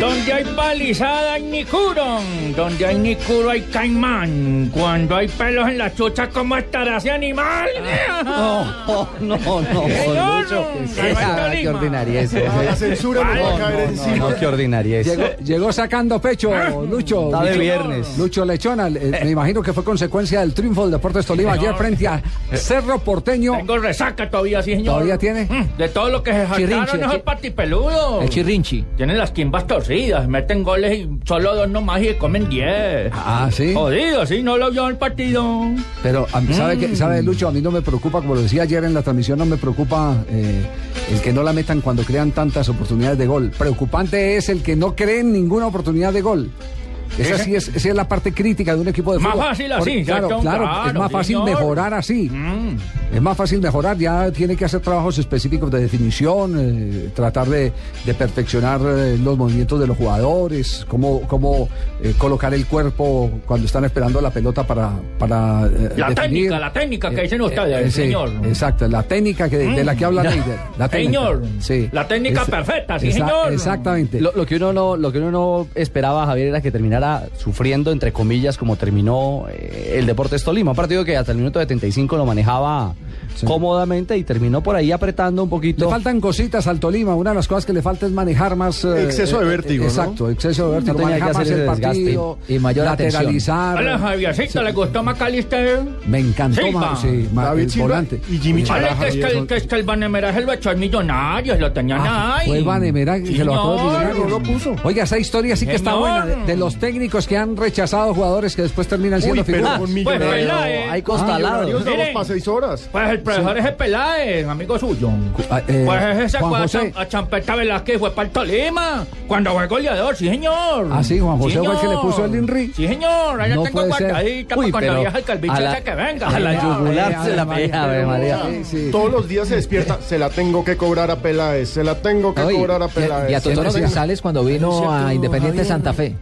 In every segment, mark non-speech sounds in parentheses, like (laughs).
Donde hay palizada hay Nicuron, donde hay Nicuro hay caimán, cuando hay pelos en la chucha, ¿cómo estará ese animal? No, no, no, Señor, Lucho. ¿qué Esa, pasa, qué Lima? ordinaria es. La No, censura nos va a caer no, encima. no, qué ordinaria es. Llegó, llegó sacando pecho, Lucho. Está de Lucho- viernes. Lucho Lechona, eh, me imagino que fue consecuencia del triunfo del Deportes Tolima ayer frente a Cerro Porteño. Tengo resaca todavía, sí, señor. ¿Todavía tiene? Mm, De todo lo que se Chirrinche, saltaron esos chi- patipeludos. El chirrinchi. Tienen las quimbas torcidas, meten goles y solo dos nomás y comen diez. Ah, sí. Jodido, sí, no lo vio el partido. Pero a mí- ¿sabe, que, sabe Mm. Lucho, a mí no me preocupa, como lo decía ayer en la transmisión, no me preocupa eh, el que no la metan cuando crean tantas oportunidades de gol. Preocupante es el que no cree en ninguna oportunidad de gol. Esa sí es, esa es la parte crítica de un equipo de ¿Eh? Más fútbol. fácil así, ya claro, está un claro, claro, es más fácil señor. mejorar así. Mm. Es más fácil mejorar, ya tiene que hacer trabajos específicos de definición, eh, tratar de, de perfeccionar eh, los movimientos de los jugadores, cómo, cómo eh, colocar el cuerpo cuando están esperando la pelota para, para eh, La definir. Eh, técnica, la técnica que dicen ustedes, sí, señor. Mm. Exacto, la técnica que, de, de la que habla Leider. La técnica, (laughs) Señor, sí. la técnica perfecta, sí, señor. Exactamente. Lo, lo que uno no, lo que uno no esperaba, Javier, era que terminara sufriendo, entre comillas, como terminó eh, el Deportes Tolima. Un partido que hasta el minuto 75 lo manejaba Sí. cómodamente y terminó por ahí apretando un Le poquito. faltan cositas al Tolima. Una de las cosas que le falta es manejar más. eh, Exceso de eh, vértigo, ¿no? Exacto, exceso de vértigo. tenía manejar que hacer más el ese desgaste partido. y mayor atención. lateralizar. Hola, Javiercito, ¿le gustó Macalister? Me encantó Silva. más, sí, más David el Silva volante. y Jimmy Oye, Chará. Oye, que es que, el- que es que el Vanemeraje lo echó en Millonarios, lo tenían ah, ahí. Fue Vanemera que Señor, lo acabó de Millonarios. no lo puso. Oiga, esa historia sí que está Señor. buena. De, de los técnicos que han rechazado jugadores que después terminan siendo Uy, pero figuras. con Pues millonarios. Peláez. Hay Millonarios costalados. Miren. damos para seis horas. Pues el profesor es el Peláez, amigo suyo. Ah, eh, pues ese se Juan fue a, José. Eh, Cham- a Champeta Velázquez, fue para el Tolima, cuando fue goleador, sí señor. Ah, sí, Juan José fue el que señor. le puso el Inri. Sí señor, ahí No la tengo puede ser. guardadita para Uy, cuando pero viaja el a calvicho la- ese que venga. a la señor. Eh, yugular. Ave se la pega, Ave María. Sí, sí. Todos los días se despierta. Se la tengo que cobrar a Peláez. Se la tengo que Oye, cobrar a y a- Peláez. y, a Totoro Siempre sí. González cuando Es vino cierto, a Independiente Javier. Santa Fe.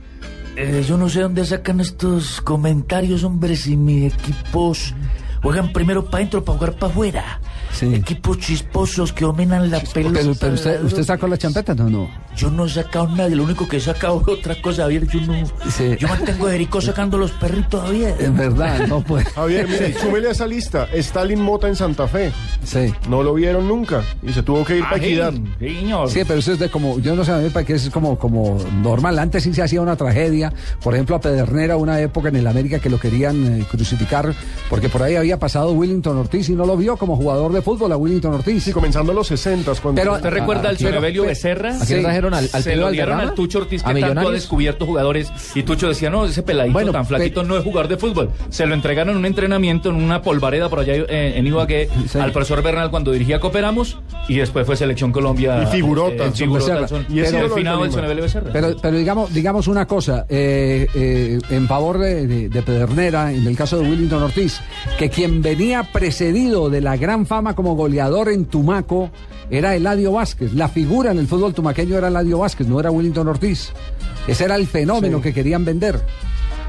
Eh, yo no sé dónde sacan estos comentarios, hombre, si mis equipos juegan primero para adentro, para jugar para afuera. Sí. Equipos chisposos que dominan la pelota. Pero, pero usted, usted sacó la champeta, no, no. Yo no he sacado nadie, lo único que he sacado (laughs) es otra cosa, Javier. Yo, no, Sí. Eh, yo mantengo a Jericó sacando los perritos, Javier. En verdad, no (laughs) puede. Javier, mire, súmele a esa lista. Stalin Mota en Santa Fe. Sí. No lo vieron nunca. Y se tuvo que ir Ah, para sí, Equidad. sí, señor. Sí, pero eso es de como, yo no sé, a mí me parece que es como, como normal. Antes sí se hacía una tragedia. Por ejemplo, a Pedernera, una época en el América que lo querían eh, crucificar, porque por ahí había pasado Willington Ortiz y no lo vio como jugador de fútbol a Willington Ortiz. Sí, comenzando los 60 cuando. Pero- ¿Usted recuerda al pero- Cerebelio pe- Becerra? ¿A quién Sí. trajeron al, al Se Pío lo dieron Valderrama? al Tucho ¿A Ortiz, que tanto ha Millonarios? descubierto jugadores. Y Tucho decía, no, ese peladito Bueno, tan flaquito pe- no es jugador de fútbol. Se lo entregaron en un entrenamiento, en una polvareda por allá eh, en Ibagué, Sí. al profesor Bernal cuando dirigía Cooperamos. Y después fue Selección Colombia. eh, Y figurota. el figurota, Becerra. el son- Y ese el ídolo del finado del Tolima. Cerebelio Becerra. Pero, pero digamos, digamos una cosa, eh, eh, en favor de, de- de Pedernera, en el caso de Willington Ortiz, que quien venía precedido de la gran fama como goleador en Tumaco era Eladio Vázquez. La figura en el fútbol tumaqueño era Eladio Vázquez, no era Willington Ortiz. Ese era el fenómeno que querían vender.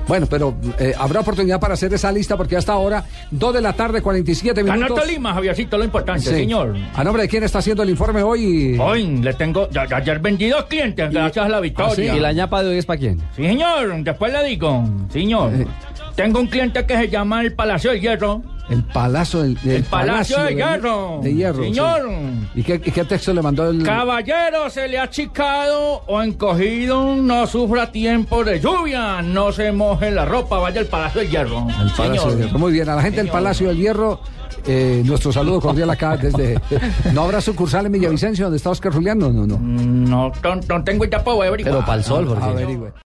Bueno, pero eh, habrá oportunidad para hacer esa lista porque hasta ahora, 2 de la tarde, 47 Ganó minutos. Tolima, Javiercito, lo importante, Sí. señor. A nombre de quién está haciendo el informe hoy. Hoy le tengo, ya, ya- ya he vendido clientes gracias a la Ah, victoria. ¿Y la ñapa de hoy es para quién? Sí, señor, después le digo. Señor, Eh. tengo un cliente que se llama el Palacio del Hierro. El Palacio del, del El, Palacio, de Hierro. De Hierro. Señor, sí. ¿Y qué, y qué texto le mandó el.? caballero, se le ha achicado o encogido, no sufra tiempo de lluvia, no se moje la ropa, vaya al Palacio del Hierro. al Palacio señor. del Hierro. Muy bien, a la gente del Palacio del Hierro, eh, nuestro saludo cordial acá (laughs) desde. ¿No habrá sucursal en Villavicencio donde está Oscar Julián? No, no, no. Mm, No, no, no tengo pues, ya para Pero para el sol, porque. Averigüe.